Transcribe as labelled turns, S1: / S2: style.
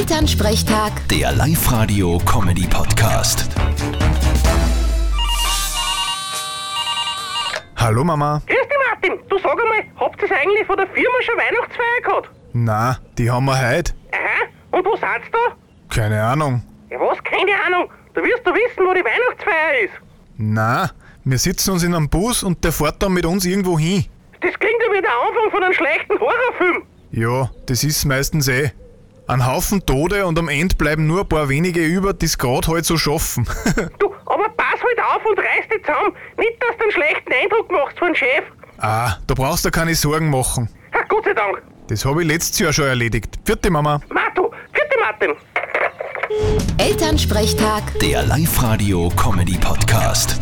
S1: Elternsprechtag,
S2: Der Live-Radio-Comedy-Podcast.
S3: Hallo Mama.
S4: Grüß dich, Martin. Du sag einmal, habt ihr eigentlich von der Firma schon Weihnachtsfeier gehabt?
S3: Na, die haben wir heute.
S4: Aha, und wo seid ihr da?
S3: Keine Ahnung.
S4: Ja, was? Keine Ahnung. Du wirst doch wissen, wo die Weihnachtsfeier ist.
S3: Na, wir sitzen uns in einem Bus und der fährt dann mit uns irgendwo hin.
S4: Das klingt ja wie der Anfang von einem schlechten Horrorfilm.
S3: Ja, das ist meistens eh. Ein Haufen Tode und am Ende bleiben nur ein paar wenige über, die es gerade halt so schaffen.
S4: Du, aber pass halt auf und reiß dich zusammen. Nicht, dass du einen schlechten Eindruck machst von Chef.
S3: ah, da brauchst du keine Sorgen machen.
S4: Ha, Gott sei Dank.
S3: Das habe ich letztes Jahr schon erledigt. Vierte Mama.
S4: Mato, vierte Martin.
S1: Elternsprechtag.
S2: Der Live-Radio-Comedy-Podcast.